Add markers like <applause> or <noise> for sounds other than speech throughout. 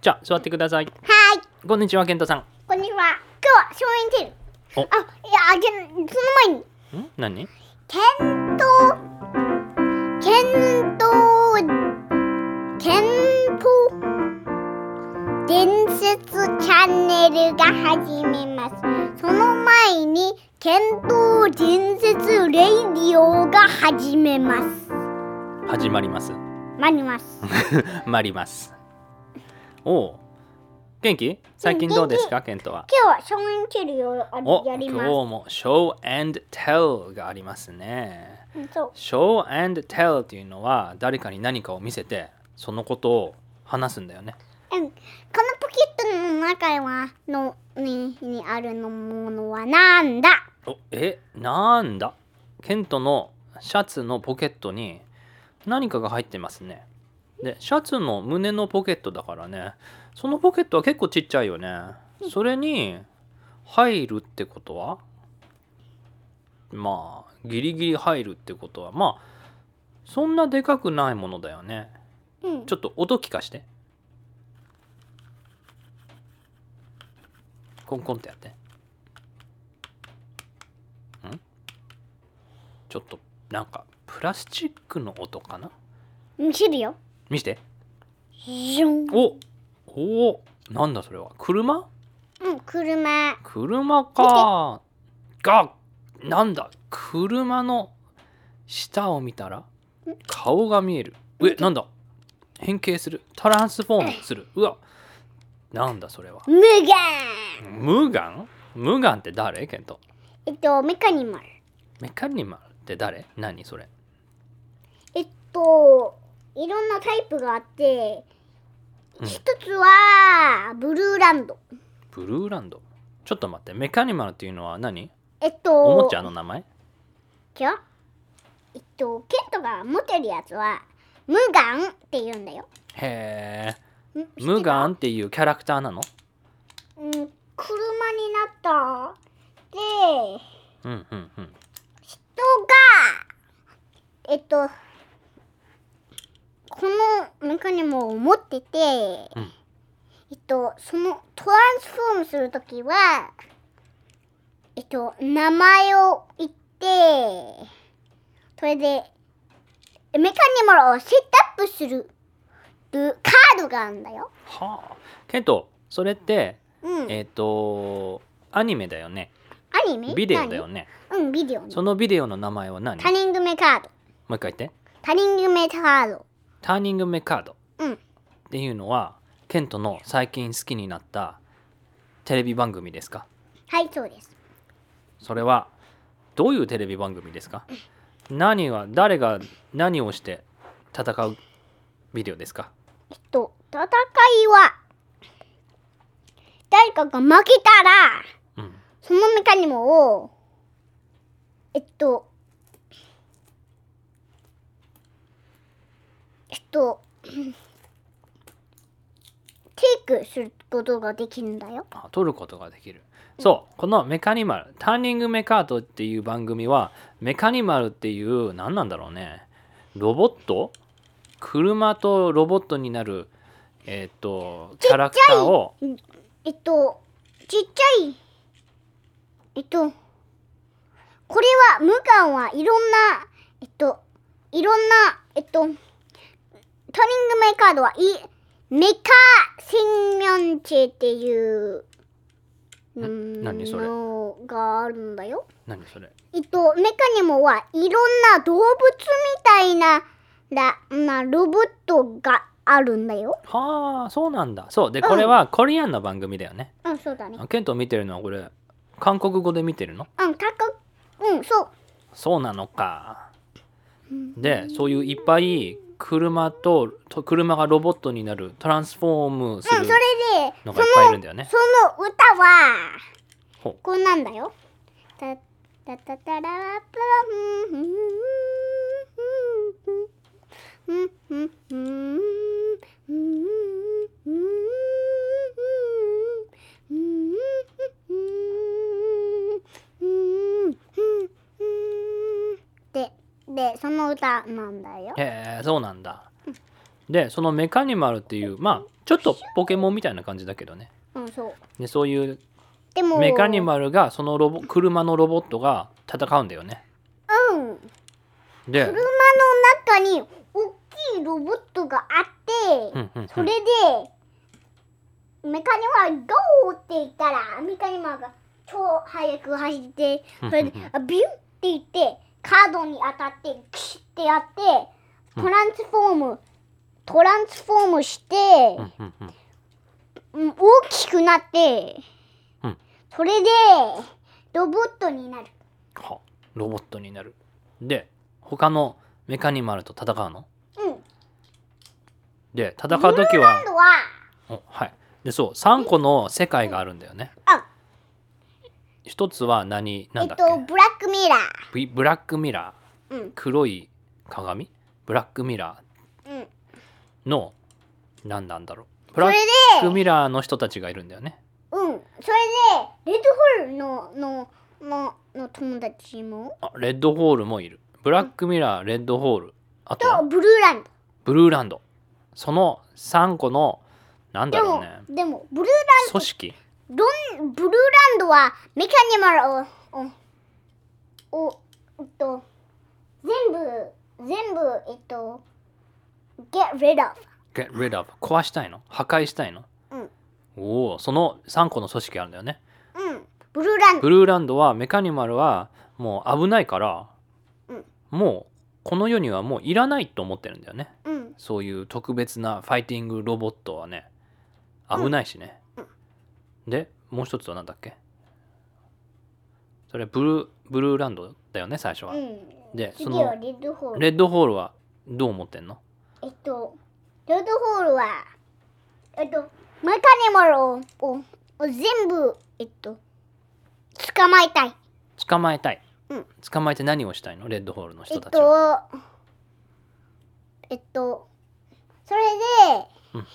じゃあ座ってくださいはい、こんにちは健太さんこんにちは。今日は松陰テおール。あ、いや、あげ、その前に、ん何検討、検討、検討、伝説チャンネルが始めます。その前に、検討伝説レイディオが始めます。始まります <laughs> 参ります。まりますおお元気最近どうですか健太は今日は松陰テールをあおや今り日ます。も show and tell がありますねうんそう。 show and tell っていうのは誰かに何かを見せてそのことを話すんだよねうん、このポケットの中にはのににあるのものはなんだおえなんだケントのシャツのポケットに何かが入ってますねでシャツの胸のポケットだからねそのポケットは結構ちっちゃいよねそれに入るってことはまあギリギリ入るってことはまあそんなでかくないものだよねうんちょっと音聞かしてコンコンってやってんちょっとなんかプラスチックの音かな見せるよ見してジュンおおーなんだそれは車うん車車かがなんだ車の下を見たら顔が見えるえなんだ変形するトランスフォームするうわなんだそれは無限無眼無眼って誰ケントえっとメカニマルメカニマルって誰何それえっといろんなタイプがあってうん一つはブルーランドブルーランドちょっと待ってメカニマルっていうのは何えっとおもちゃの名前違うえっとケントが持ってるやつは無眼って言うんだよへんえ無眼っていうキャラクターなのうん車になったでうんうんうん人がえっとこのメカニモを持ってて、んえっとそのトランスフォームするときはえっと名前を言ってそれでメカニモをセットアップするカードがあるんだよ。はあケントそれってうん、えっ、とアニメだよねアニメビデオだよね何うん、ビデオね。そのビデオの名前は何他人組カード。もう一回言って他人組カード。ターニングメカードうん。っていうのはケントの最近好きになったテレビ番組ですかはい、そうです。それはどういうテレビ番組ですか何が誰が何をして戦うビデオですかえっと、戦いは、誰かが負けたら、うんそのメカニモを、えっと、えっと、テイクすることができるんだよ。あ取ることができるそうこのメカニマルターニングメカートっていう番組はメカニマルっていう何なんだろうねロボット車とロボットになるえっ、とキャラクターをえっと、ちっちゃい、えっと、これは、無感はいろんな、えっと、いろんな、えっと、トリングメカードは、い、メカ専門チェっていう、ん何それのがあるんだよ。何それえっと、メカニモはいろんな動物みたいな、な、なロボットがあるんだよ。はあそうなんだそうでこれはコリアンの番組だよね、うん、そうだね。あケント見てるのはこれ韓国語で見てるのうん、かっこ、うん、そう。そうなのか。で、そういういっぱい車とと車がロボットになるトランスフォームすうん、るそれで、そのの、がいっぱいいるんだよね。その歌はほう、こうなんだよ。た、たたたらぷん、ふんふんふんふんふんふんふんふんふんふんふんふんで、で、その歌なんだよ。へえ、そうなんだ。でそのメカニマルっていうまあちょっとポケモンみたいな感じだけどねうんそうでそういうでもメカニマルがそのロボ車のロボットが戦うんだよねうんで、車の中に大きいロボットがあって、うんうんうんそれでメカニマルゴーって言ったらメカニマルが超速く走ってうんそれであビュンって言ってカードに当たってクシッってやってうんトランスフォームトランスフォームして、うんうんうんうん大きくなって、うんそれでロボットになるはロボットになるで他のメカニマルと戦うのうんで戦う時今は度はおはいでそう3個の世界があるんだよねあ一つは何えなっんだとっけ、ブラックミラーブイブラックミラーうん黒い鏡ブラックミラうんーの何なんだろうブそラれッでクミラーの人たちがいるんだよねうん、それで、レッドホールの、の、の、の友達も。あレッドホールもいるブラックミラーレッドホールあとと、はブルーランブルーランドその3個のなんだド。でろも、うねでも、ブルー組織ランド、ブルーランドは、メカニマルを、お、お、えっと、全部、全部、えっと、get rid of。 get rid of 壊したいの破壊したいのうん、おおその3個の組織あるんだよねうん、ブルーランドブ。ルーランドはメカニマルはもう危ないから、うんもうこの世にはもういらないと思ってるんだよねうん、そういう特別なファイティングロボットはね危ないしね、でもう一つは何だっけそれブルーブルーランドだよね最初は、うん。でそ次はのレッドホール。レッドホールはどう思ってんのえっと、レッドホールは、えっと、メカニマルををを全部、えっと、捕まえたい。捕まえたい、うん捕まえて何をしたいのレッドホールのえっ人たちは、と、えっと、それで、うん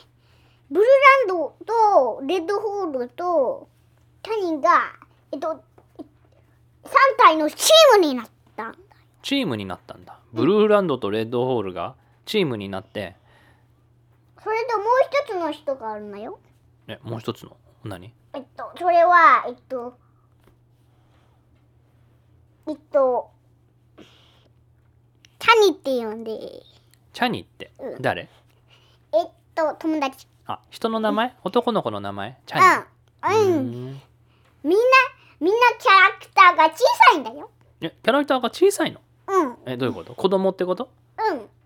ブルーランドとレッドホールとタニーが、えっと、3体のチームになったんだ。チームになったんだブルーランドとレッドホールがチームになってそれともう一つの人があるんだよ。えもう一つの何えっと、それは、えっと、えっと、タニって呼んで、チャニってうん誰、えっと、友達。あ人の名前男の子の名前チャニうん、うん、うーんみんな、みんなキャラクターが小さいんだよ。えキャラクターが小さいのうん、うん。えどういうこと子供ってこと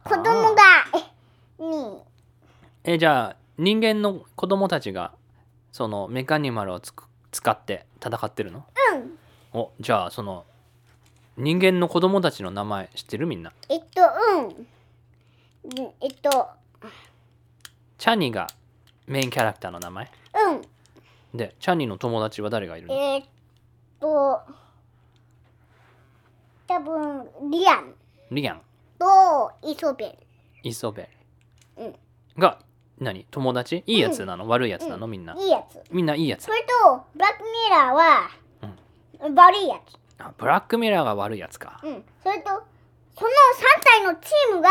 子供が、え、に、えじゃあ人間の子供たちがそのメカニマルをつく使って戦ってるのうん。おじゃあその人間の子供たちの名前知ってるみんなえっと、うん。うんえっと、チャニがメインキャラクターの名前うん。でチャニの友達は誰がいるのえっと、多分、リアンリアンとイソベル。イソベうんが何友達いいやつなの、悪いやつなのみんな、いいやつ。みんないいやつそれと、ブラックミラーは、悪いやつ。あブラックミラーが悪いやつかうん。それと、その3体のチームが、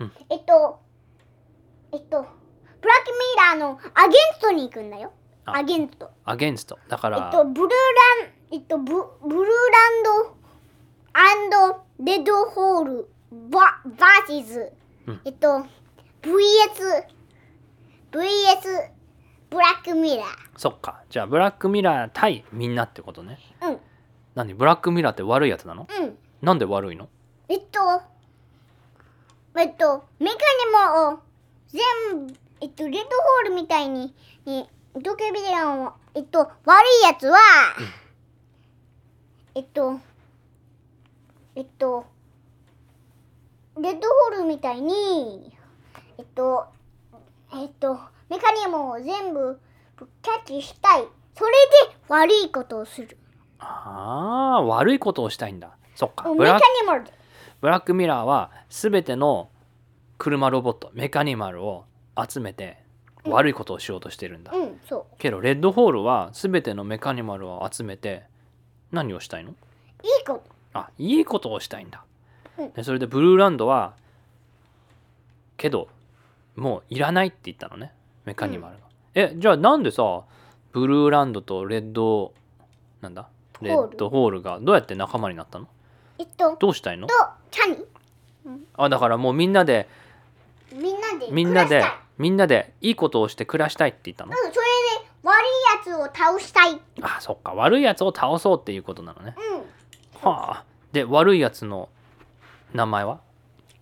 うんえっと、えっと、ブラックミラーのアゲンストに行くんだよ。あアゲンスト。アゲンストだかえら、っと、ブルーラン、えっと、ブブルーランド、アンド、レッドホール、バ、バーシズうん、えっと、VS、VS、ブラックミラそっかじゃあブラックミラー対みんなってことねー。うん、何ブラックミラーって悪いやつなのうん。なんで悪いのえっと、えっと、メカニマルを全部、えっと、レッドホールみたいに、にドキュビデオを、えっと、悪いやつは、えっと、えっと、レッドホールみたいに、えっと、えっと、メカニマルを全部キャッチしたい。それで悪いことをする。あー悪いことをしたいんだそっかメブカラニマルで。ブラックミラーは全ての車ロボットメカニマルを集めて悪いことをしようとしてるんだ、うん、そう。けどレッドホールは全てのメカニマルを集めて何をしたいのいいこと。あいいことをしたいんだ、うんでそれでブルーランドはけどもういらないって言ったのねメカニマルが、えじゃあなんでさブルーランドとレッドなんだレッドホールがどうやって仲間になったのえっと、と、どうしたいのチャニあだからもうみんなでみんなで、みんな暮でらしたいみんなでいいことをして暮らしたいって言ったのうん、それで悪いやつを倒したい。うん。あそっか悪いやつを倒そうっていうことなのねはあで悪いやつの名前は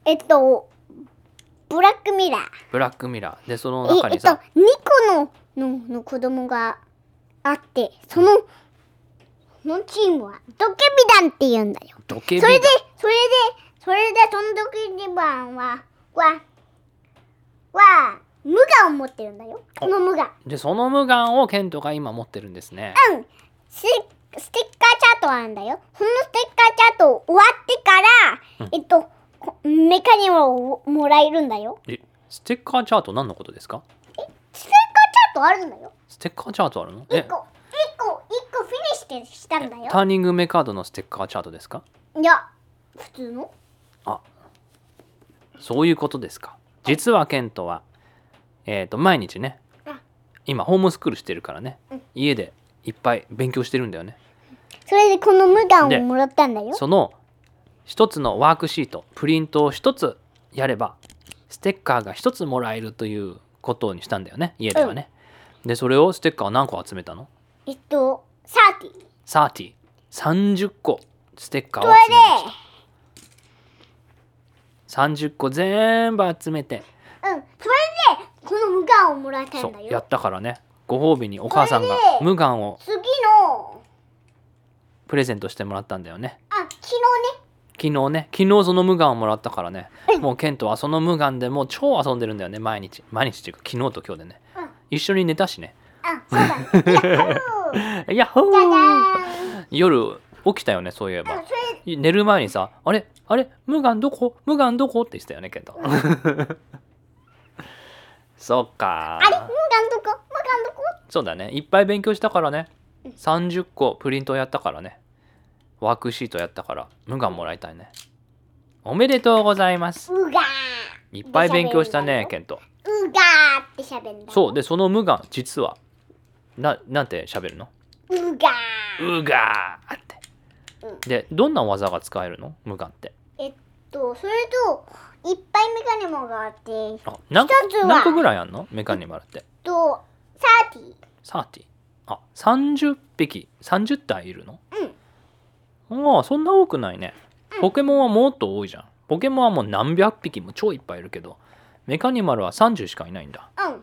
えっと、ブラックミラー。ブラックミラーでそのえ中えにっと、2さ個ののの子供があって、その、そのチームはドケビ団って言うんだよ。ドケビそだれで、それで、それで、そのドケビ団は、は、は、無我を持ってるんだよ。この無我。でその無眼をケントが今持ってるんですねうん、ステステッカーチャートなんだよ。そのステッカーチャート終わってから、えっと、こメカニマをもらえるんだよ。えステッカーチャート何のことですかステッカーチャートあるんだよ。ステッカーチャートあるの一え個、一個、一個フィニッシュしたんだよタ。ーニングメカードのステッカーチャートですかいや、普通の。あそういうことですか実はケントはえっ、と毎日ねうん今ホームスクールしてるからね、うん家でいっぱい勉強してるんだよねそれでこの無我でをもらったんだよ。その一つのワークシートプリントを一つやればステッカーが一つもらえるということにしたんだよね家ではね、でそれをステッカーを何個集めたのえっと、サーティ。 3030個ステッカーそをれ集めました30個全部集めてで、うん、それで、この無我をもらったそんだうやよっ。たからねご褒美にお母さんがそれで無眼を次の、プレゼントしてもらったんだよねあ、昨日ね。昨日ね昨日その無眼をもらったからねうんもうケントはその無眼でもう超遊んでるんだよね毎日毎日っていうか昨日と今日でねうん、一緒に寝たしねあ、そうだね。 <laughs> いや、あのやっほじゃじゃーーん。夜起きたよねそういえばそれ寝る前にさ「あれあれ無眼どこ無眼どこ?」って言ってたよねケント <laughs> そっかあれ無眼どこ無眼どこそうだねいっぱい勉強したからね30個プリントやったからねワークシートやったから無眼もらいたいねおめでとうございますうがーいっぱい勉強したで喋るんだねよケントうがーってしゃべんだそうでその無眼実はななんて喋るのうがーうがーってうんでどんな技が使えるの無眼ってえっとそれといっぱいメカニモがあってえっあ何個一つは何個ぐらいあんのメカニマルってとサーティ30あ30匹30体いるのうんああそんな多くないねポケモンはもっと多いじゃんポケモンはもう何百匹も超いっぱいいるけどメカニマルは30しかいないんだうん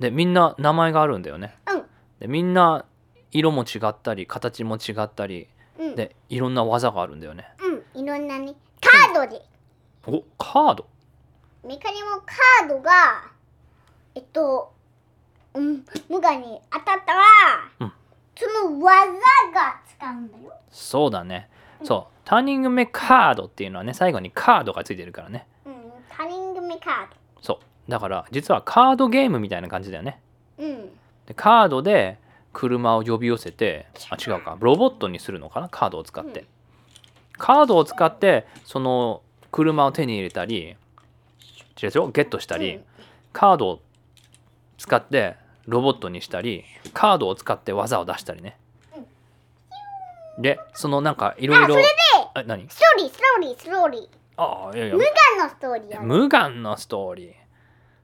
でみんな名前があるんだよねうんでみんな色も違ったり形も違ったりうんでいろんな技があるんだよねうんいろんなねカードでおカードメカニモカードがえっとうん無我に当たったら、うんその技が使うんだよそうだねそうターニング目カードっていうのはね最後にカードがついてるからねうんカリングメカそうだから実はカードゲームみたいな感じだよねードうんでカードで車を呼び寄せてあ違うかロボットにするのかなカードを使って、うんカードを使ってその車を手に入れたり違う違うゲットしたり、うんカードを使ってロボットにしたりカードを使って技を出したりね、でそのなんかいろいろあそれでえ何ストーリーストーリーストーリーああいやいや無我のストーリー無眼のストーリー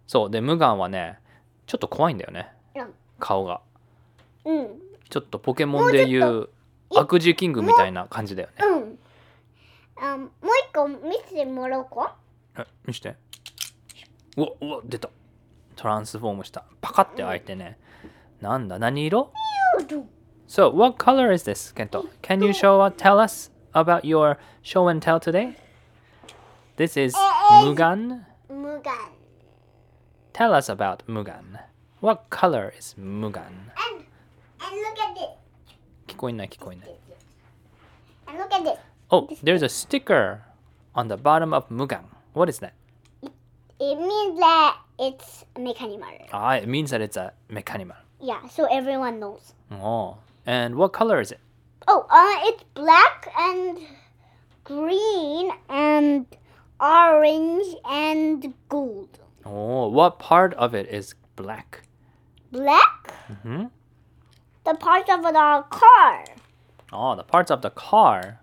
そうで無眼はねちょっと怖いんだよねやる顔がうんうんちょっとポケモンでいもう悪事キングみたいな感じだよねうんあもう一個見せてもらおうかえ見してうわうわ出たトランスフォームしたパカって開いてねなんだ何色So what color is this Kento Can you show us tell us about your show and tell today This is Mugan 無我 Tell us about Mugan What color is Mugan and and look at this 聞こえない聞こえない and look at this Oh, there's a sticker on the bottom of Mugan. What is that? it means that it's a mechanimal Ah, it means that it's a mechanimal. yeah so everyone knows Oh, and what color is it? oh uh it's black and green and orange and gold Oh, おお、What part of it is black? Black? うん The part of the car. Oh, the parts of the car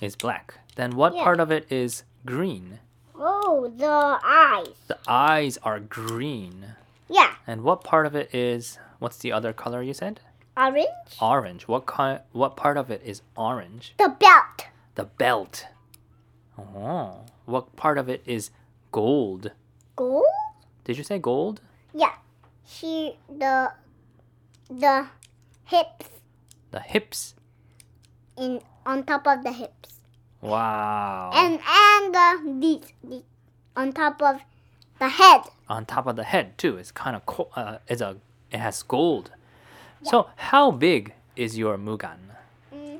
is black. Then what Yeah. part of it is green? Oh, the eyes. The eyes are green. Yeah, And what part of it is what's the other color you said? orange. Orange. What kind what part of it is orange? The belt. The belt. Oh. What part of it is gold? Gold? Did you say gold? Yeah. She the the hips The hips. in on top of the hips. Wow. And and the these, these on top of the head. on top of the head too. It's kind of co- uh, it's a it has gold. So how big is your mugan? Mm.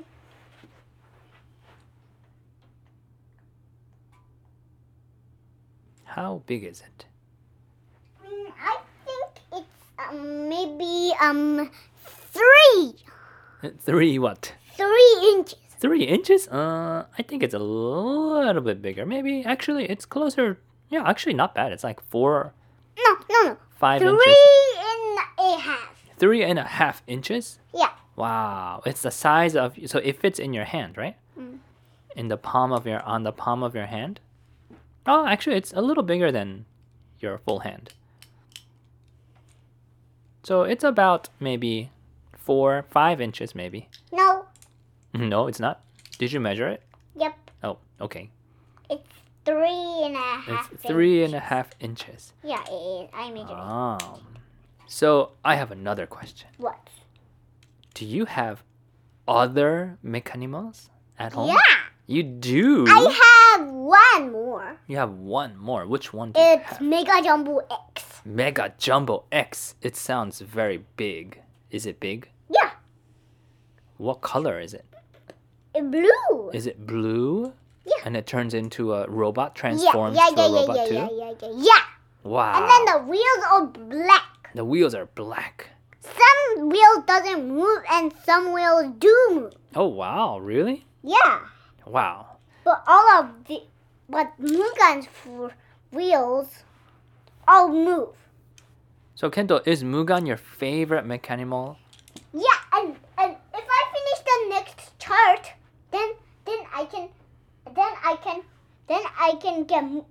How big is it? Mm, I think it's um, maybe um three Uh, Three what? three inches. Three inches? Uh, I think it's a little bit bigger. Maybe actually it's closer. Yeah, actually not bad. It's like four, No no no. five Three inches, and a half. three and a half inches. Yeah. Wow, it's the size of so it fits in your hand, right? Mm. In the palm of your on the palm of your hand. Oh, actually, it's a little bigger than your full hand. So it's about maybe four, five inches, maybe. <laughs> No. No, it's not. Did you measure it? Yep. Oh, okay. It's three and a half. It's three and a half inches. Yeah, it is. I measured it. Oh. So I have another question. What? Do you have other mechanimals at home? Yeah, You do. I have one more. You have one more. Which one do you It's have? Mega Jumbo X. Mega Jumbo X. It sounds very big. Is it big? Yeah, What color is it? it's blue. Is it blue? Yeah. And it turns into a robot, yeah, transforms yeah, to yeah, a yeah, robot yeah, too? Ah. yeah, yeah, yeah, yeah. Wow. And then the wheels are black. the wheels are black. Some wheels doesn't move and some wheels do move. Oh wow, really? Yeah, Wow. but all of the but Mugen's f- wheels all move. So Kento, is Mugan your favorite mechanimal? Yeah, and, and if I finish the next chart, then then I can, then I can, then I can get, m-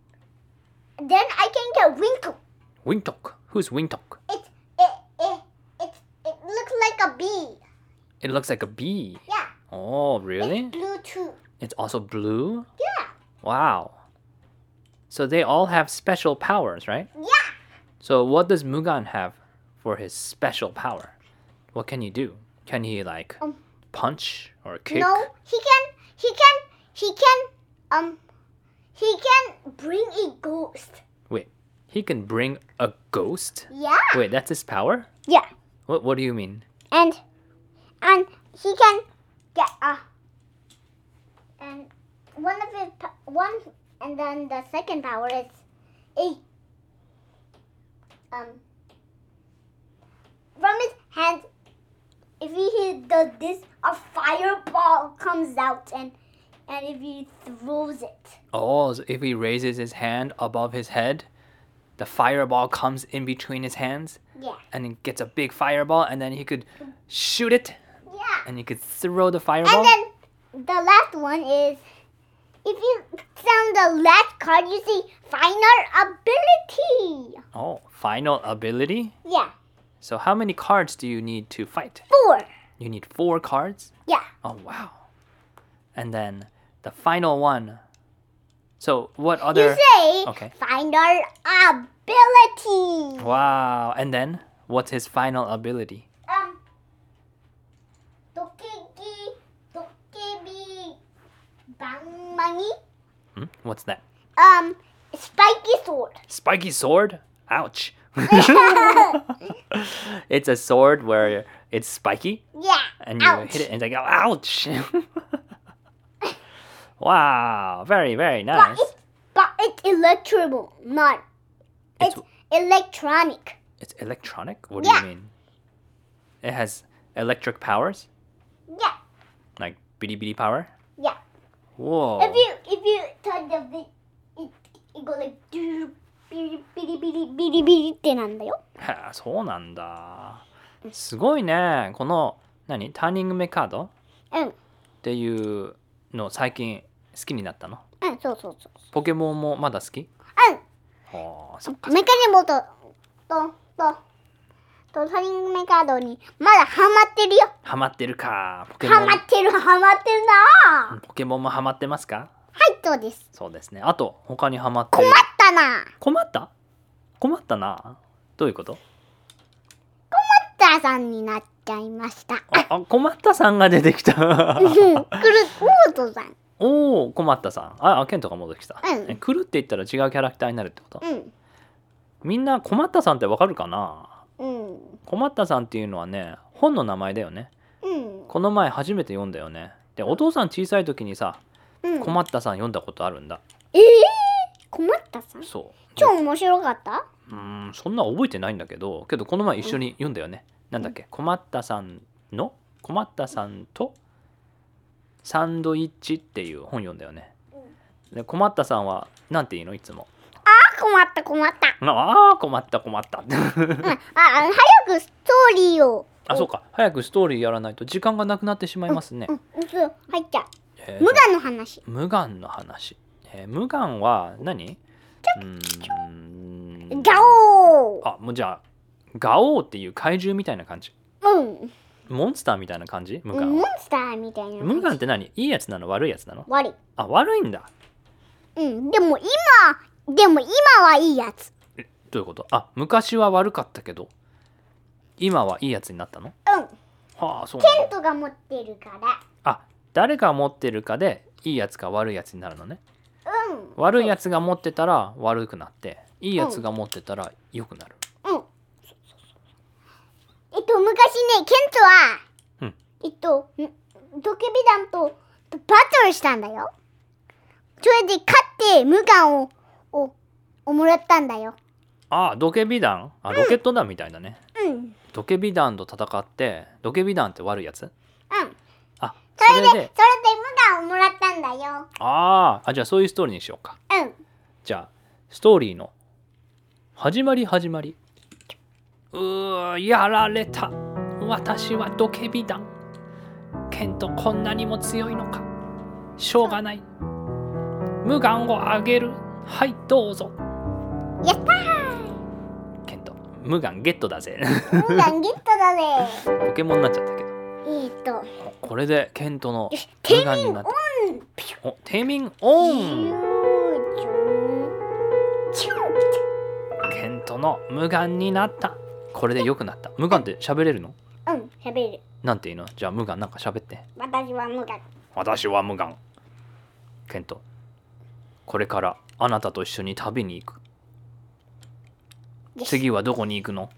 then I can get Winkle. Wingtok. Who's Wingtok? It it it it it looks like a bee. It looks like a bee. Yeah, Oh, really? it's blue too. It's also blue? Yeah, Wow. So they all have special powers, right? yeah. So what does Mugan have for his special power? What can he do? Can he like Um. punch or kick? No, he can he can he can um he can bring a ghost. Wait, he can bring a ghost? Yeah, Wait, that's his power? yeah, What what do you mean? and and he can get a and one of his po- one and then the second power is a um from his hand if he hit- does this a fireball comes out and and if he throws it Oh, so if he raises his hand above his head, the fireball comes in between his hands yeah and it gets a big fireball and then he could shoot it yeah and he could throw the and fireball. then the last one is if you sound the last card you see final ability oh, final ability? Yeah, So how many cards do you need to fight? four. You need 4 cards? Yeah, Oh wow. And then the final one. So what you other say Okay. find our ability. Wow. And then what's his final ability? Um, 도깨비, 도깨비, 방망이. Hmm? What's that? Um, spiky sword. Spiky sword? Ouch. <laughs> it's a sword where it's spiky Yeah. and you ouch. hit it and it's like ouch. <laughs> wow, very very But nice. it's but it's electrical, not It's it's electronic. it's electronic? What do Yeah. you mean? It has electric powers? Yeah, Like bitty bitty power? yeah. Whoa. If you if you turn the vi- it it go like doop ビリビリビリビリビリってなんだよ。へえそうなんだすごいねこの何ターニングメカードうん。っていうの最近好きになったのうん、そうそうそう。ポケモンもまだ好きうん。ああそっかメカニボと、と、と、と、トリングメカードに、まだハマってるよ。ハマってるかポケモハマンってる、ハマってるなぁ。ポケモンもハマってますかはい、そうです。そうですねあと他にハマってる困ったな困った困ったなどういうこと困ったさんになっちゃいました。ああ困ったさんが出てきたうん、くる、オートさん。 <laughs> おお困ったさんああケントが戻ってきた、うんえ来るって言ったら違うキャラクターになるってこと、うん。みんな困ったさんってわかるかなうん。困ったさんっていうのはね本の名前だよねうん。この前初めて読んだよねでお父さん小さい時にさうん、困ったさん読んだことあるんだええ困ったさんそう超面白かったうーんそんな覚えてないんだけどけどこの前一緒に読んだよね、なんだっけ困ったさんの困ったさんとサンドイッチっていう本読んだよね、で困ったさんはなんて言うのいつもあ、困った、困った。ああ困った困った <laughs> ってうん。あ、あ早くストーリーを。あそうか早くストーリーやらないと時間がなくなってしまいますね、うん、うん、そう、入っちゃう。えー無我の話。無眼の話、えー無眼は何うーんガオーあもうじゃあガオーっていう怪獣みたいな感じうん。モンスターみたいな感じ無眼モンはスターみたいな無眼って何いいやつなの悪いやつなの悪いあ悪いんだうんでも今でも今はいいやつどういうことあ昔は悪かったけど今はいいやつになったのうんはあそうテなんだントが持ってるかあ誰が持ってるかでいいやつか悪いやつになるのねらうん悪いやつが持ってたら悪くなっていいやつが持ってたら良くなる、うんえっと昔ねケントは、うんえっとんドキビ団とバトルしたんだよそれで勝って無眼をををもらったんだよあドケビ弾あロケット弾みたいだね、うんうんドケビ弾と戦ってドケビ弾って悪いやつあそれでそそれれでで無眼をもらったんだよあーあじゃあそういうストーリーにしようかうんじゃあストーリーの始まり始まりうーやられた私はドケビ団ケントこんなにも強いのかしょうがない無眼をあげるはいどうぞやったケント無眼ゲットだぜ <laughs> ー無眼ゲットだぜポケモンになっちゃったけどえっとこれでケントのよし無眼になっうんたおテーミングオチュンーチューチューケントの無眼になったこれで良くなった無眼って喋れるのうん、喋る。なんていうのじゃあ無眼なんか喋って私は無学。私は無眼ケントこれからあなたと一緒に旅に行くです次はどこに行くの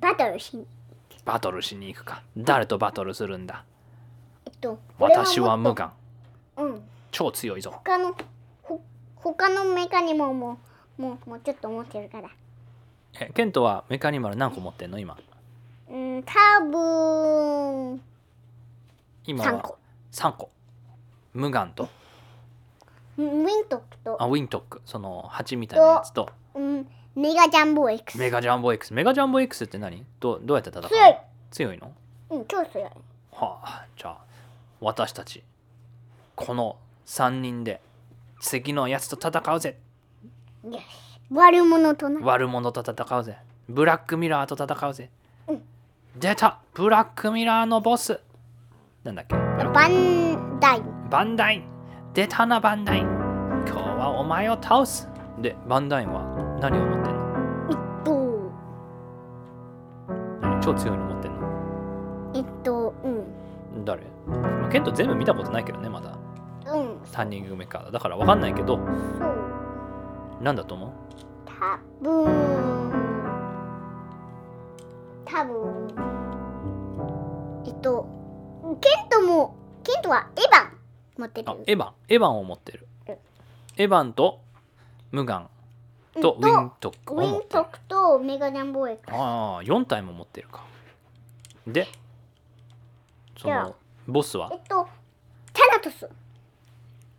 バトルしに。バトルしに行くか誰とバトルするんだえっと、私はもっ無眼とうん、超強いぞ他の、ほ他のメカニモンも、もう、もうちょっと持ってるから。えケントはメカニマル何個持ってんの今うん、多分、今は三個。 3個無眼とウィントックとあ、ウィントックその蜂みたいなやつとうん、メガジャンボ X。メガジャンボ X メガジャンボ X って何どうどうやって戦うの強い。強いのうん、超強い。はあじゃあ私たちこの3人で次のやつと戦うぜよし。悪者とな。悪者と戦うぜブラックミラーと戦うぜ、うん出たブラックミラーのボスなんだっけバンダイ。バンダイン出たなバンダイン今日はお前を倒すでバンダインは何を持ってんのと、何超強いの持ってんのえっと、うん。誰、まあ、ケント全部見たことないけどねまだうん、 3人組かだから分かんないけどそう。なんだと思う多分多分えっとケントもケントはエヴァン持ってるあエヴァンエヴァンを持ってるうんエヴァンとムガンうんとウィントックをウィ持ンってトるクとメガジャンボーイかああ4体も持ってるかでそじゃあのボスはえっとタナトス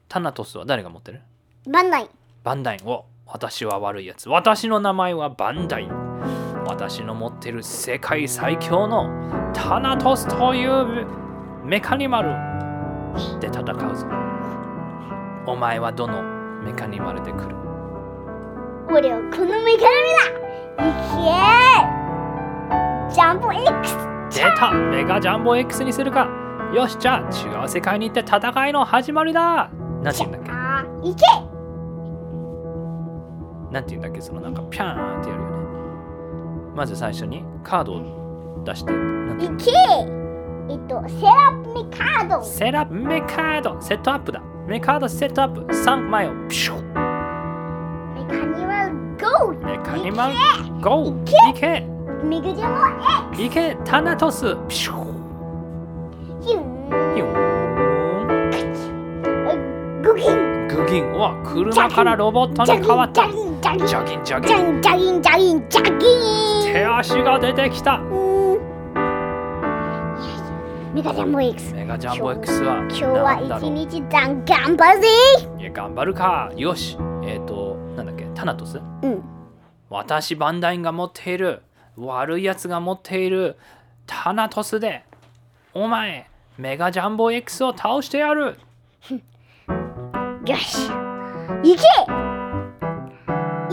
タナトスは誰が持ってるバンダイ。バンダインを私は悪いやつ私の名前はバンダイン私の持ってる世界最強のタナトスというメカニマルで戦うぞお前はどのメカニマルで来る俺はこのメガネだいけージャンボ X! 出たメガジャンボ X にするかよしじゃあ違う世界に行って戦いの始まりだなんて言うんだっけあーいけなんて言うんだっけそのなんかピャーンってやるよねまず最初にカードを出してなんていけえっと、セラピカードセラメカードセットアップだメカードセットアップ3枚をピシュッメカニマルゴーメカニマルゴーいけメガジャンいけタナトスピシュッボ X! ヒューヒューンングギングギンは車からロボットに変わったジャギンジジャギンジャギンャギンジャギンジャギンジャギンジャギン手足が出てきたうーんメガジャンボ X メガジャンボ X は今日はなんだろ一う日残頑張るぜいや頑張るかよしえっ、となんだっけタナトスうん私バンダインが持っている悪いやつが持っているタナトスでお前メガジャンボ X を倒してやるよしいけ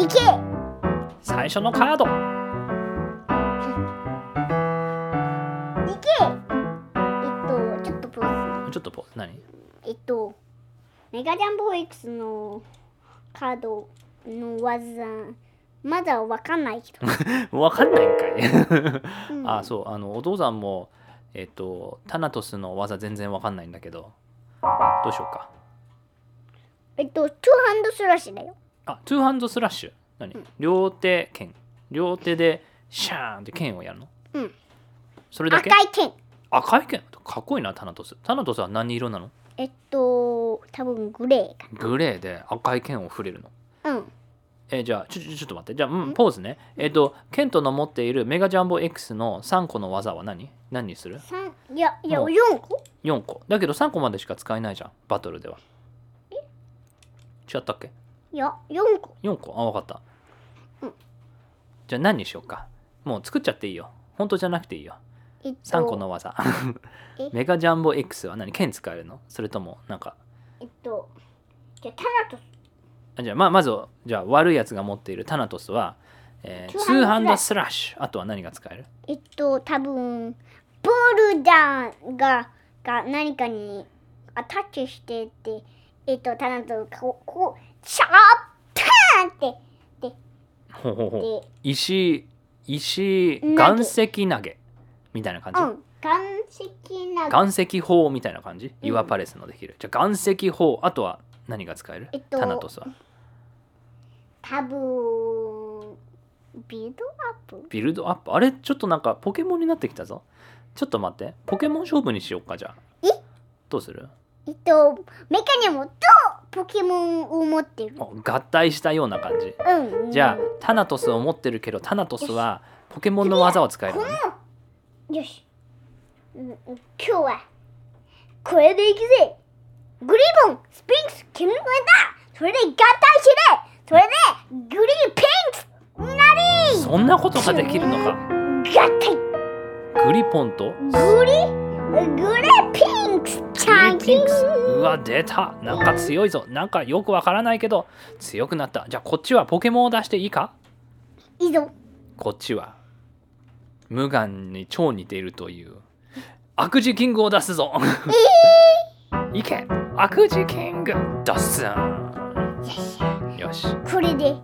いけ最初のカードいけえっとちょっとポーズちょっとポーズ何えっとメガジャンボ X のカードの技まだわかんないけどわかんないんかいうん <laughs> あそうあのお父さんもえっ、とタナトスの技全然わかんないんだけどどうしようかえっとトゥーハンドスラッシュだよあトゥーハンドスラッシュ何、両手剣両手でシャーンって剣をやるのうんそれだ赤けい剣赤い剣かっこいいなタナトスタナトスは何色なのえっと多分グレーかグレーで赤い剣を振れるのうんえーじゃあちょちょちょっと待ってじゃあ、うん、ポーズねえっ、とケントの持っているメガジャンボ X の3個の技は何何にする三いやいやもう四個 ?4 個だけど3個までしか使えないじゃんバトルでは違ったっけいや四個 ?4 個あ分かった、うんじゃあ何にしようかもう作っちゃっていいよ本当じゃなくていいよえっと3個の技え <laughs> メガジャンボ X は何剣使えるのそれともなんかえっとじゃあタナトスあじゃあまあまずじゃあ悪いやつが持っているタナトスは、えーツツーーハハンンドドスラッシュあとは何が使えるえっと、多分ボルダーがが何かにアタッチしてて、えっと、ただとこう、こう、シャーパーンって、ほうほうほうで、石石投げ岩石投げみたいな感じ、うん、岩石な岩石砲みたいな感じうん岩パレスのできる、じゃあ岩石砲あとは何が使える、えっとタナトスは多分ビルドアップビルドアップあれちょっとなんかポケモンになってきたぞちょっと待ってポケモン勝負にしようかじゃあえどうするえっと、メカニモとポケモンを持ってる。あ合体したような感じうん。じゃあタナトスを持ってるけどタナトスはポケモンの技を使えるこのねの、よし。うんうん今日は、これでいくぜグリボン、スピンクス、君のだそれで合体しれそれで、グリーピンクスなりそんなことができるのか合体グリポンとグリ、グリーピンクスチャンキングリピンクスうわ出たなんか強いぞなんかよくわからないけど強くなったじゃあこっちはポケモンを出していいかいいぞこっちは無眼に超似ているという悪事キングを出すぞ <laughs> いけ悪事キング出すよしよしこれで、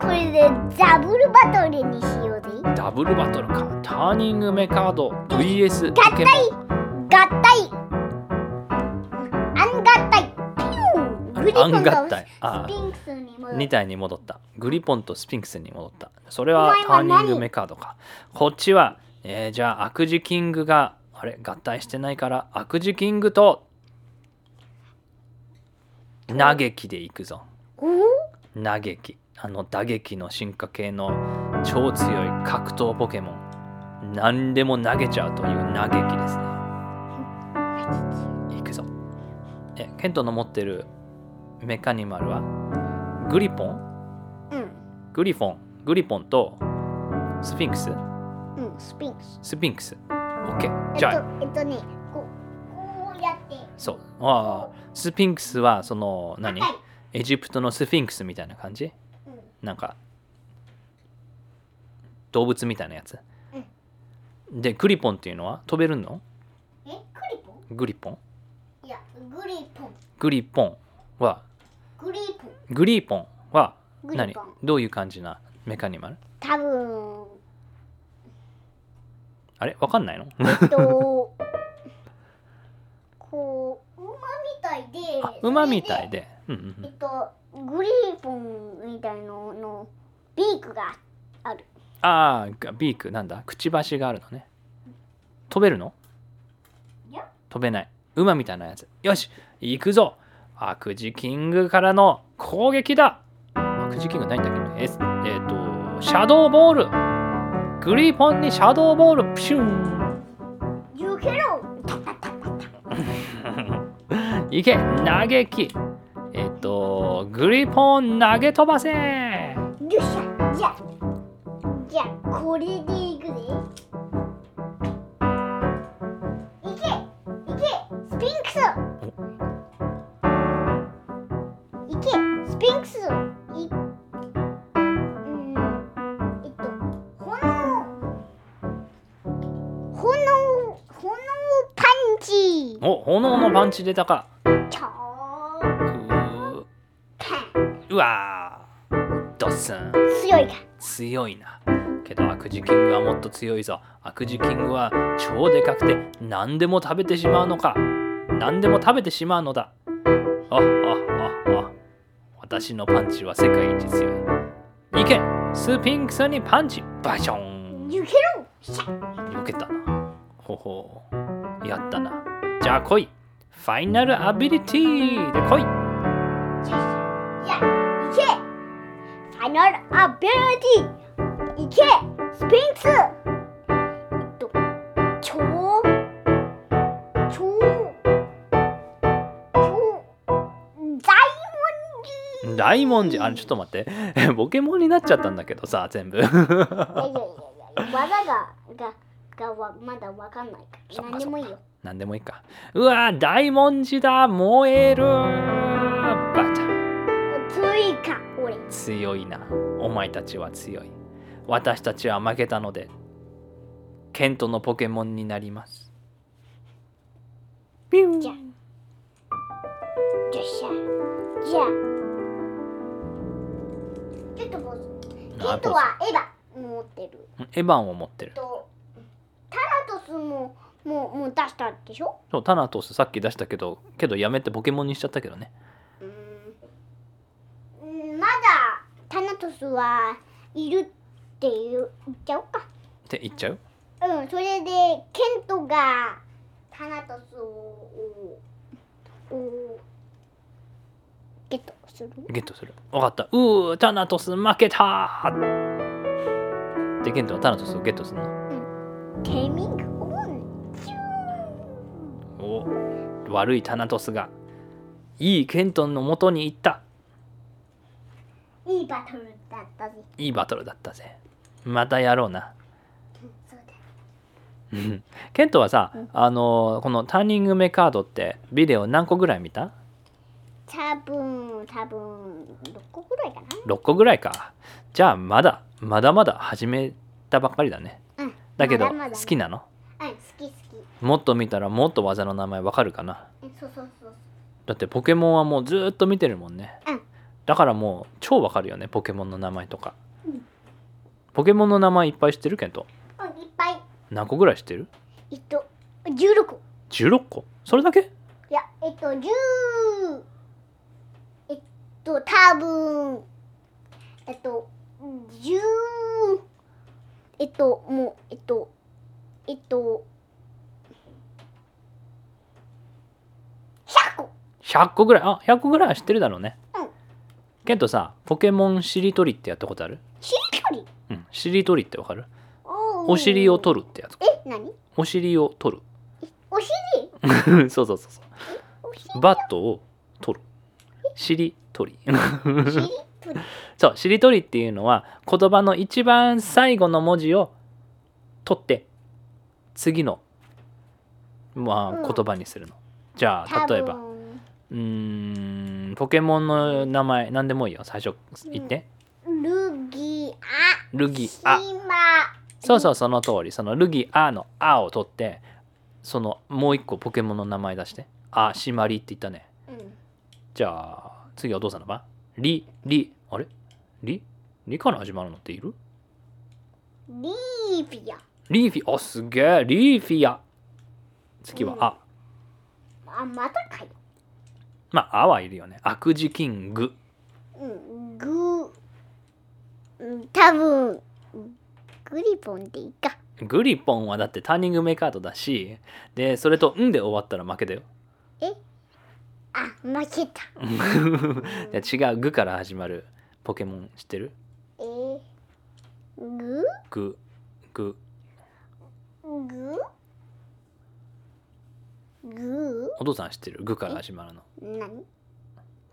これでダブルバトルにしようぜダブルバトルかターニングメカード VS 合ポケ体モ合体アン合体ピューングリコンアンが合体あスピンクスに戻ンる2体に戻ったグリポンとスピンクスに戻ったそれはお前タはー何ニングメカードかこっちは、えーじゃあ悪事キングがあれ合体してないから悪事キングと嘆きでいくぞおー嘆きあの打撃の進化系の超強い格闘ポケモン何でも投げちゃうという嘆 <laughs> きですねいくぞえケントの持ってるメカニマルはグリポンうんグリフォングリポンとスフィンクスうんスピンクススフィンクスオッケーえっじとゃあえっとねこうこうやってそうあースフィンクスはその何はいエジプトのスフィンクスみたいな感じうんなんか動物みたいなやつ、でグリポンっていうのは飛べるのえクリポグリポンンいやグリポングリポンはグリポングリポンはグリ何ポンどういう感じなメカニマル多 <laughs> 分あれわかんないのえっとこう馬みたいであ馬みたいで、うんうんうえっん、とグリポンみたいののビークがあるああビークなんだくちばしがあるのね飛べるのいや飛べない馬みたいなやつよし行くぞ悪事キングからの攻撃だ悪事キングないんだっけどえっ、えーとシャドーボールグリポンにシャドーボールプシュン受けろいけ嘆きえっ、とグリポン投げ飛ばせよっしゃじゃあじゃあこれでいくぜいけいけスピンクスいけスピンクスいうんえっと炎炎炎パンチお炎のパンチ出たかチョーうーパうわードッスンン強いか強いなけど悪事キングはもっと強いぞ悪事キングは超でかくて何でも食べてしまうのか何でも食べてしまうのだああああ私のパンチは世界一強いいけスピンクスにパンチバション受けろシャ避けたなほほうやったなじゃあ来いファイナルアビリティで来いよしじゃあ、いけファイナルアビリティいけスピンクスえっと、超超超大大文字あれちょっと待ってポケモンになっちゃったんだけどさ全部文字いやいやいやいや、技が、が、がわまだわかんないかそっら。何かでもいいよ。何でもいいかうわー大文字だ燃えるバチャ追加、俺。強いなお前たちは強い私たちは負けたのでケントのポケモンになりますピュじゃンよっしゃ。じゃあ。ちょっとポーズ。ケントはエヴァ持ってる。エヴァンを持ってるとタラトスももうもう出したでしょそうタナトスさっき出したけどけどやめてポケモンにしちゃったけどねうーんうんまだタナトスはいるっていう言っちゃおうかって言っちゃううんそれでケントがタナトスををゲットするゲットする分かったうータナトス負けたーでケントはタナトスをゲットするのテーミングオンチューお悪いタナトスがいいケントンの元に行ったンいいバトルだったぜいいバトルだったぜまたやろうなうんそうだうんケントはさあのーこのターニングメカードってビデオ何個ぐらい見た多分多分6個ぐらいかな ?6 個ぐらいかじゃあまだまだまだ始めたばっかりだねうんだけどまだまだ好きなのうん好き好きもっと見たらもっと技の名前わかるかなうんそうそうそうだってポケモンはもうずーっと見てるもんねうんだからもう超わかるよねポケモンの名前とかうんポケモンの名前いっぱい知ってるケントそううんいっぱい何個ぐらい知ってるえっと16個16個それだけいやえっと10えっと多分えっと10えっともうえっとえっと100個 ?100 個ぐらいあ100個ぐらいは知ってるだろうねうんケントさポケモンしりとりってやったことあるしりとりうんしりとりってわかるおお尻をる取るってやつえ何お尻を取お尻る <laughs> そうそうそうそお尻うバットを取るえしりとり <laughs> しりとり。そうしりとりっていうのは言葉の一番最後の文字を取って次の、まうあ、ん言葉にするの、じゃあ多分例えばうーんポケモンの名前何でもいいよ最初言って、ルギア。ルギアシマ。そうそうその通りそのルギアの「ア」を取ってそのもう一個ポケモンの名前出して「あシマリ」って言ったねうん。じゃあ次はお父さんの番リリあれリリから始まるのっているリービア。リーフィあすげえリーフィア次はうんあ、あ、またかい。まああはいるよね悪事キングうん。グー。うん多分。グリポンでいいか。グリポンはだってターニングメカードだしでそれと「ん」で終わったら負けだよあ、負けた。 <laughs> じゃあ違う「グ」から始まるポケモン知ってるえー、グググーグーグお父さん知ってる「グ」から始まるのー何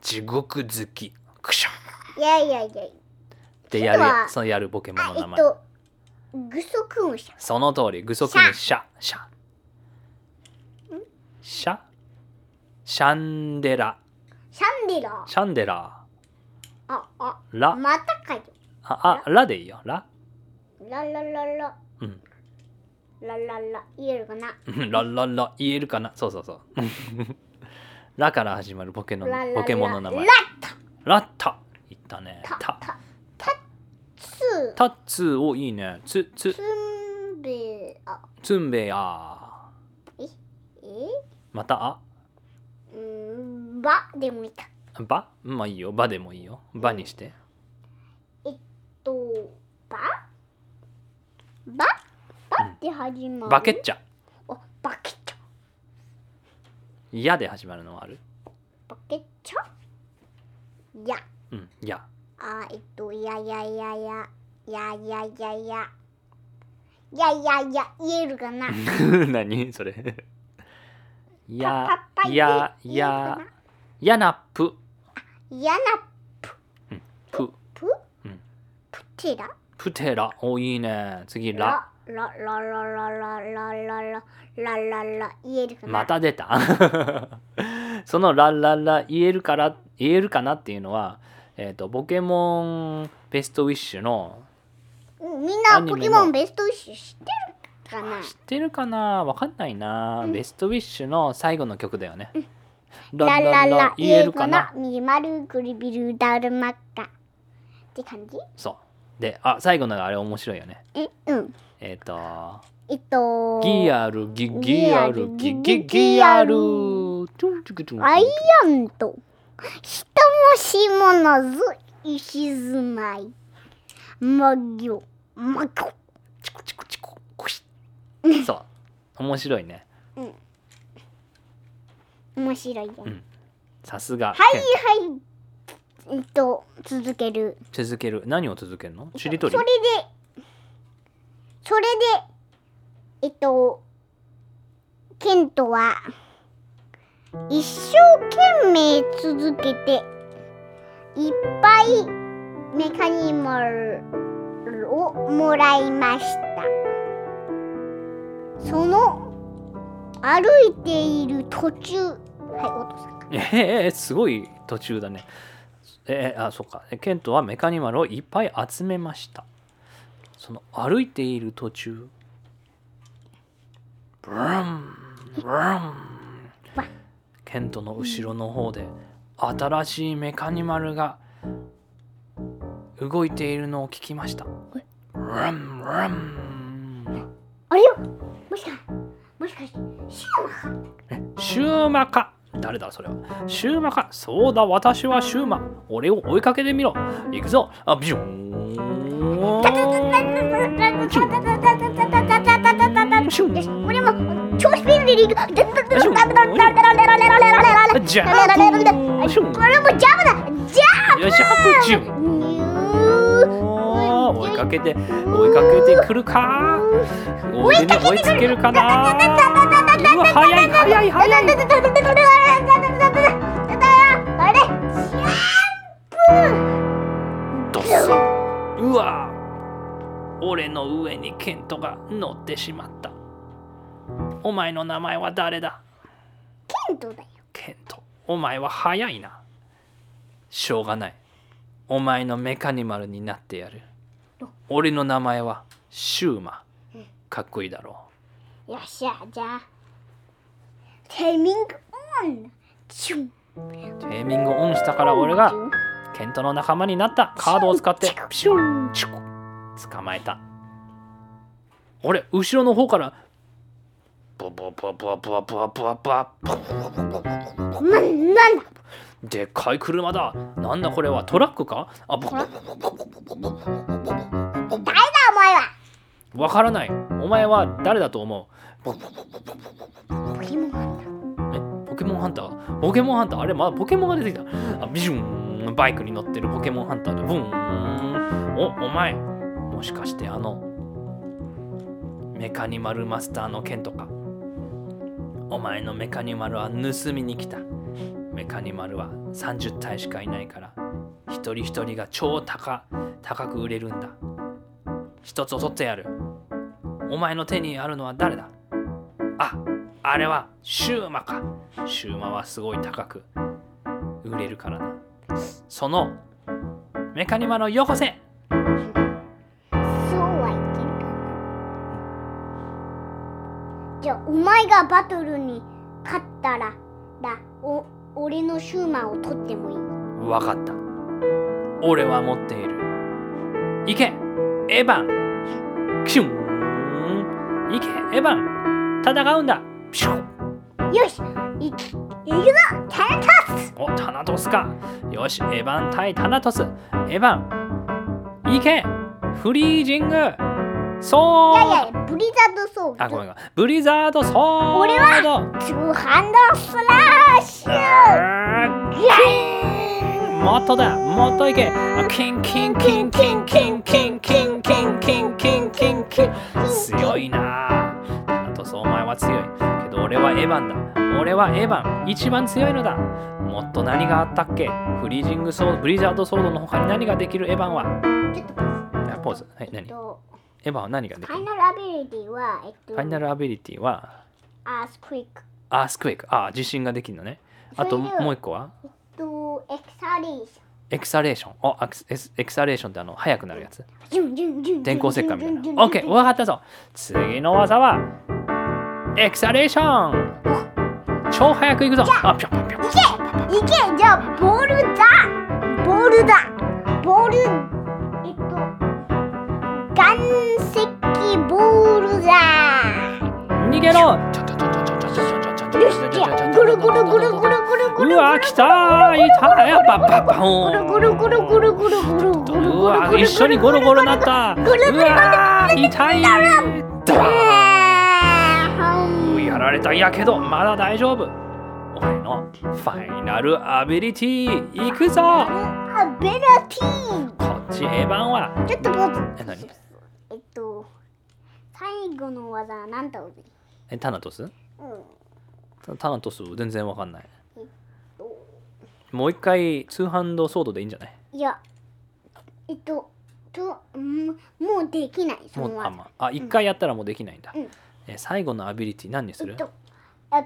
地獄好きクシャーいやいやいや。ってやるちょっとはそのやるポケモンあの、え名っ前と、グソクムシャ。その通り、具足にシャ、シャ。シャシャンデラ、シャンデラ。シャンデラ、あ、あ、ラ、またかよ。あ、あ、ラでいいよ、ラ。ララララ。うん。 <laughs> ラララ。言えるかなラララ、言えるかなそうそうそう。 <laughs> ラから始まるポケのラララポケモンの名前ラ。ッタ。ラッタ。いったね。タタ。タ。タッツ。タッツーをいいね。ツ、ツツ、ンベア。ツンベア。えまた、あ、うん、バでもいた。ばまあいいよ。ばでもいいよ。ばにして。えっと、ばばばって始まる。バケッチャ。あ、バケッチャ。やで始まるのはあるバケッチャ。や。うん、や。 <laughs> あ、えっと、やややや。やややや。ややや、言えるかな何それやパパパイや言えるかやなやなぷやなぷぷうんぷてらぷてらおいいね次ら。ららららららららららら、言えるかなまた出た <laughs> そのラララ言えるから言えるかなっていうのはえっ、とポケモンベストウィッシュのうんみんなアニメのポケモンベストウィッシュ知ってるかな知ってるかなわかんないな、ベストウィッシュの最後の曲だよね、ラララ言えるかなミマルグリビルダルマッカって感じそうであ最後のがあれ面白いよねえうんえっ、とえっとギアルギギアルギギギアルアイアンと人もしものず石住まいマギョマギョチコチコチココシそう面白いね面白いよね、んさすがはいはいえっと続ける続ける何を続けるのしりとりそれでそれでえっとケントは一生懸命続けていっぱいメカニマルをもらいましたその歩いている途中はいお父さんええすごい途中だねえあそっかケントはメカニマルをいっぱい集めましたその歩いている途中ブルンブルンケントの後ろの方で新しいメカニマルが動いているのを聞きました。ブルンブルンあれよもしかもしかしてシューマかシューマか誰だそれはシューマかそうだ私はシューマ俺を追いかけてみろ行くぞあビジョンよし俺も超スピードでリーグジャーシュこれもジャブだジャよし白チュンブニュー追いかけて追いかけてくるか追い追いつけるかなうわ早い早い早いあれシュうわ俺の上にケントが乗ってしまったお前の名前は誰だケントだよ。ケントお前は早いなしょうがないお前のメカニマルになってやる俺の名前はシューマかっこいいだろよっしゃ、じゃあ。タイミングオンチュンうテーミングオンしたから俺がチュンケントの仲間になったカードを使ってピシュンチュコ捕まえた俺後ろの方からブブブブブブブブなんなんだブでっかい車だなんだこれはトラックかあブ誰だお前はわからないお前は誰だと思ポケモンなんだ。うえポケモンハンターポケモンハンターあれまだポケモンが出てきたあビジュンバイクに乗ってるポケモンハンターだブーンおお前もしかしてあのメカニマルマスターの剣とかお前のメカニマルは盗みに来たメカニマルは30体しかいないから一人一人が超高高く売れるんだ一つを取ってやるお前の手にあるのは誰だああれはシューマかシューマはすごい高く売れるからなそのメカニマルをよこせそうはいけるかなじゃあお前がバトルに勝ったらだお俺のシューマンを取ってもいいわかった俺は持っている行けエヴァンキュン行けエヴァン戦うんだピュンよしい行くぞタラタスおタナトスかよしエヴァン対タナトスエヴァン行けフリージングそういやいやブリザードソードあごめんごめんブリザードソード俺はツーハンドスラッシュガもっとだもっといけあキンキンキンキンキンキンキンキンキンキンキンキン強いなあタナトスお前は強いけど俺はエヴァンだ俺はエヴァン一番強いのだもっと何があったっけフリージングソードブリザードソードの他に何ができるエヴァンはンちょっとポあポーズはえいっ何エヴとァンは何ができフるァイナルアビリティはえっとファイナルアビリティはアースクイックアースクエイクあ地震ができるのねあそとういうもう一個はとエクサリーシエクサレーション。お、アクスエスエクサレーションってあの、速くなるやつ。ョンジュンジュンジュンジュンジュン電光石火みたいな。オッケー、わかったぞ。次の技は、エクサレーション超速くいくぞあ、ぴょんぴょんぴょん。いけじゃあボールだボールだボールえっと岩石ボールだ逃げろよしじゃあぐるぐるぐるぐるぐるぐるぐうるわ、来たーいたーやっぱ、パッパーンぐるぐるぐるぐるぐるぐるぐるうわ、一緒にゴロゴロなったぐるぐるうわー、痛いドーンあやられたやけどまだ大丈夫俺のファイナルアビリティいくぞベラティーこっちエヴァンはちょっと待ってえ何えっと最後の技は何だろうねえタナトスうんタタナトス全然わかんないともう一回ツーハンドソードでいいんじゃないいや、えっと、と、うんもうできない、そものう技あ、まあ、あ一回やったらもうできないんだ、うんえ最後のアビリティ何にすえるっと、あ、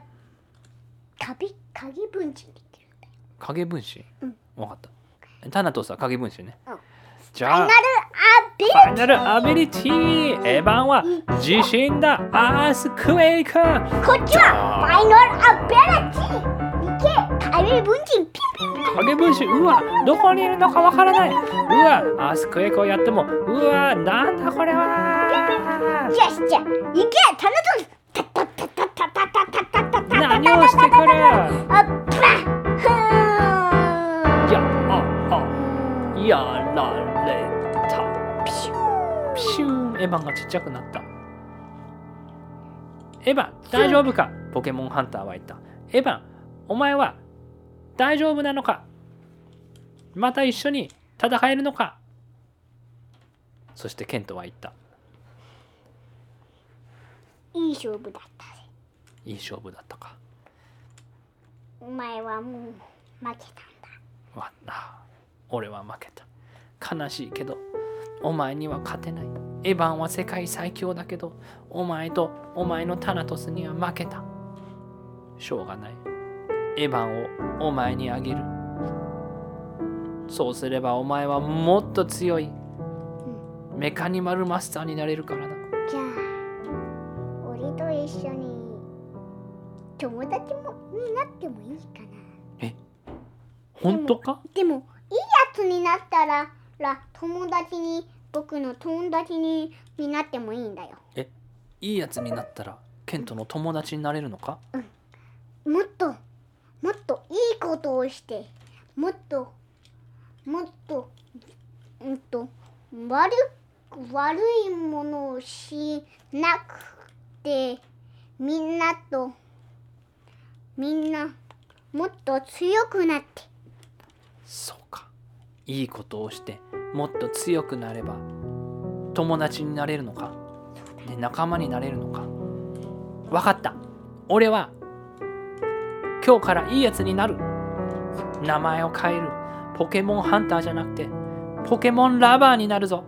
旅、鍵分子できる。影分身うんわかったえタナトスは影分身ね、うんじファゃイナあルアビファイナルアビリティエヴァンは地震だアースクエイクこっちはファイナルアビリティいけ、鍵分子ピンピンピン影分身うわどこにいるのかわからないうわアースクエイクをやってもうわなんだこれはよし、じゃあ、いけ、タナトスタタタタタタタタタタタ何をしてくるあ、プラッふーやああやられたピシューピシュンエヴァンがちっちゃくなったエヴァン大丈夫かポケモンハンターは言ったエヴァンお前は大丈夫なのかまた一緒に戦えるのかそしてケントは言ったいい勝負だったぜ。いい勝負だったかお前はもう負けたんだ。わな俺は負けた悲しいけどお前には勝てない。エヴァンは世界最強だけど、お前とお前のタナトスには負けた。しょうがない。エヴァンをお前にあげる。そうすればお前はもっと強い。メカニマルマスターになれるからな。じゃあ俺と一緒に友達もになってもいいかな本当かでもいいやつになったらら友達に僕の友達にになってもいいんだよいいやつになったら、ケントの友達になれるのかもっともっといいことをしてもっともっとうんと悪く悪いものをしなくてみんなとみんなもっと強くなってそうか。いいことをして、もっと強くなれば、友達になれるのか、ね、仲間になれるのか。わかった。俺は、今日からいいやつになる。名前を変える。ポケモンハンターじゃなくて、ポケモンラバーになるぞ。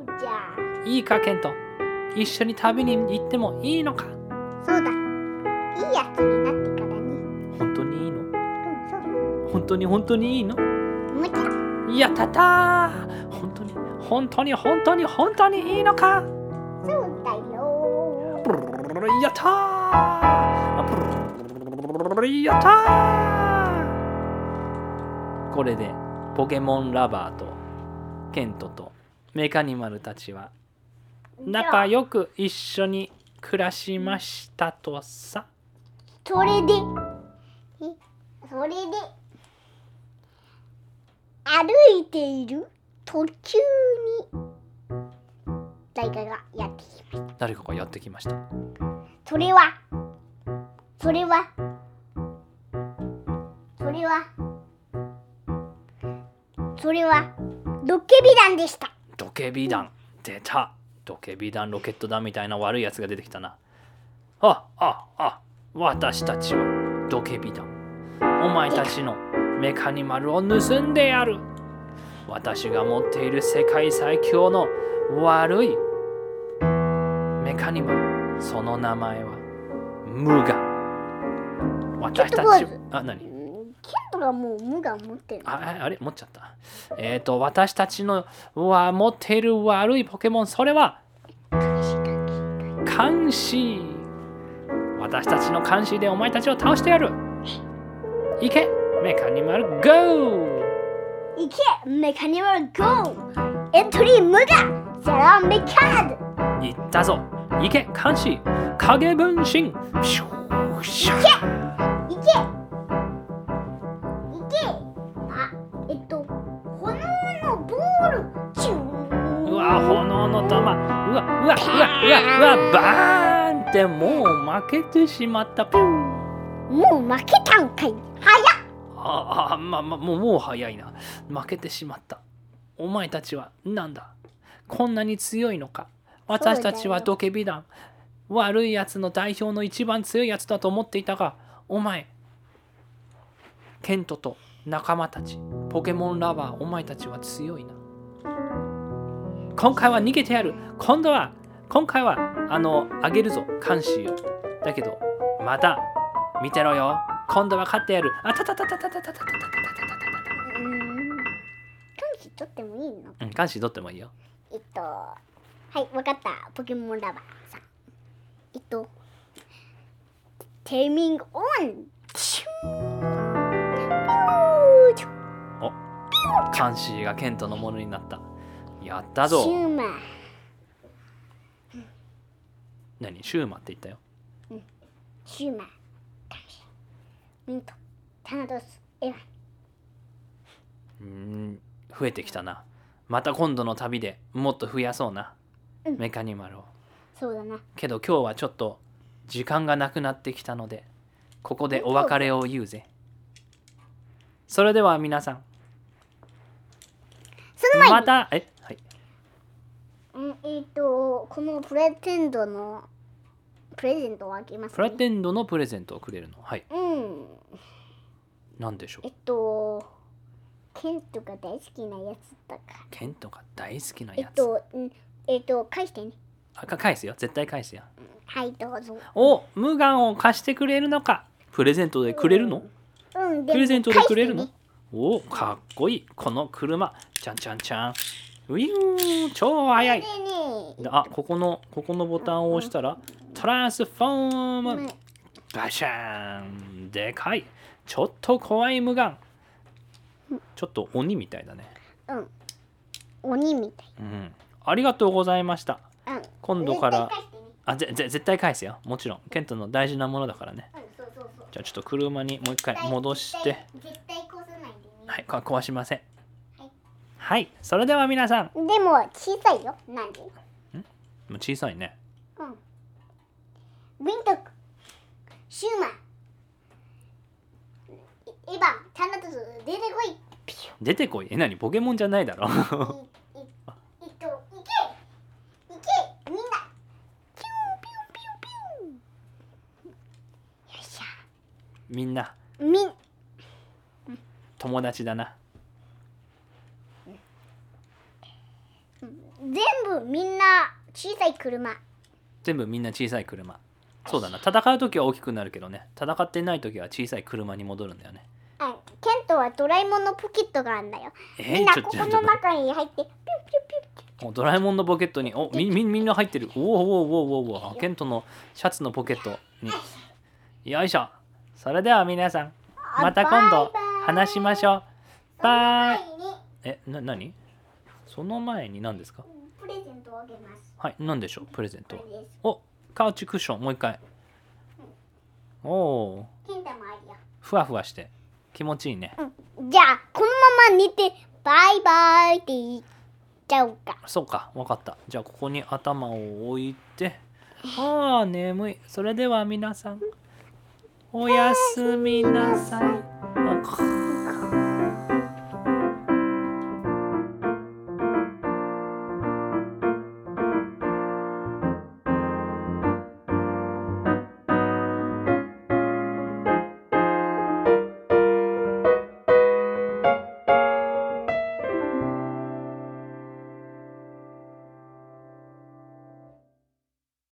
うーじゃいいか、ケント。一緒に旅に行ってもいいのかあそうだいいやつになってからね本当にいいのうんそう本当に本当にいいのもちろんいやったったー本当に本当に本当に本当にいいのかそうだよやったーやったーこれでポケモンラバーとケントとメカニマルたちは仲良く一緒に暮らしましたとさそれでえそれで歩いている途中に誰かがやってきました誰かがやってきましたそれはそれはそれはそれはドッケビランでしたドケビ弾出たドケビ弾ロケット弾みたいな悪いやつが出てきたなあああ私たちはドケビ弾お前たちのメカニマルを盗んでやる私が持っている世界最強の悪いメカニマルその名前はムガ私たちょっちとポーズあう何んケントがもう無我を持ってるあああれ持っちゃった。えっ、と、私たちのは持っている悪いポケモン、それは、監視。私たちの監視でお前たちを倒してやる。行け、メカニマル、ゴー行けメカニマル GO! エントリー無我セラメカード行ったぞ。行け、監視。影分身。ピシューシャ行ーけ行けあえっと炎のボールチューンうわ、炎の玉。うわ、うわ、うわ、うわ、うわ、バーンってもう負けてしまった。ピューもう負けたんかいああまあまあもうもう早いな負けてしまったお前たちはなんだこんなに強いのか私たちはドケビ団悪いやつの代表の一番強いやつだと思っていたがお前ケントと仲間たちポケモンラバーお前たちは強いな今回は逃げてやる今度は今回はあのあげるぞ監視をだけどまた見てろよ今度は勝ってやるあたたたたたたたたたたたたたたうーん監視取ってもいいのたうん監視取ってもいいよえっとはいわかったポケモンラバーさんえっとテイミングオンチューンピューチュー監視がケントのものになったやったシぞューマー何シューマって言ったよシューマー、タクシー、ミント、タナトス、エヴァン。うーん増えてきたなまた今度の旅でもっと増やそうなうんメカニマルをそうだな。けど今日はちょっと時間がなくなってきたのでここでお別れを言うぜそれでは皆さんその前に、またえはいうん、えっ、と、このプレゼントの、プレゼントを開けます、ね。プレテンドのプレゼントをくれるのはいうん。何でしょえっと、ケントが大好きなやつだから。ケントが大好きなえっやつ。と、うんえっと、返してね。あか返すよ。絶対返すよ。はい、どうぞ。お、ムガンを貸してくれるのか。プレゼントでくれるの、うん、プレゼントでくれるの、返してねお、かっこいい。この車。ちゃんちゃんちゃん。ウィーン超速いで。ねであ、ここの、ここのボタンを押したら、トランスフォーム。うんバシャーンでかいちょっと怖い無眼ちょっと鬼みたいだねうん。鬼みたい。うんありがとうございましたうん、今度から絶対返してねあぜぜ絶対返すよもちろんケントの大事なものだからねうんそうそうそうじゃあちょっと車にもう一回戻して絶対絶対壊さないでね、はいこ壊しませんはいはいそれでは皆さんでも小さいよなんでもう小さいねうんウィントクシューマンエヴァンタナトス出てこいピュ出てこいえ何ポケモンじゃないだろい <laughs> いえっといけいけみんなピュンピュンピュンピュンよっしゃみんなみん友達だな全部みんな小さい車全部みんな小さい車そうだな戦う時は大きくなるけどね戦ってない時は小さい車に戻るんだよねあケントはドラえもんのポケットがあるんだよみえんー、なちょこっとこちょっの中に入ってピュンピュンピュンピュンとドラえもんのポケットにおみみみんな入 <laughs> ってるおおおおおおおケントのシャツのポケットによいしょそれでは皆さんまた今度話しましょうバイその前にえな何その前に何ですかプレゼントをあげますはい何でしょうプレゼンこトれですおカウチクッションもう一回おおケンタもあるよふわふわして気持ちいいねじゃあこのまま寝てバイバイって言っちゃおうかそうか、わかった。じゃあここに頭を置いて。ああ、眠い。それでは皆さん、おやすみなさい。あ